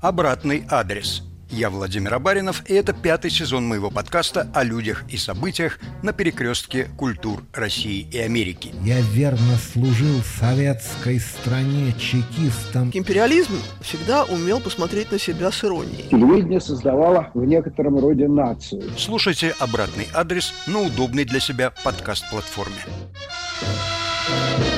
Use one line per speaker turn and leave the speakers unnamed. Обратный адрес. Я Владимир Абаринов, и это пятый сезон моего подкаста о людях и событиях на перекрестке культур России и Америки.
Я верно служил советской стране чекистам.
Империализм всегда умел посмотреть на себя с иронией.
Телевидение создавало в некотором роде нацию.
Слушайте обратный адрес на удобной для себя подкаст-платформе. thank you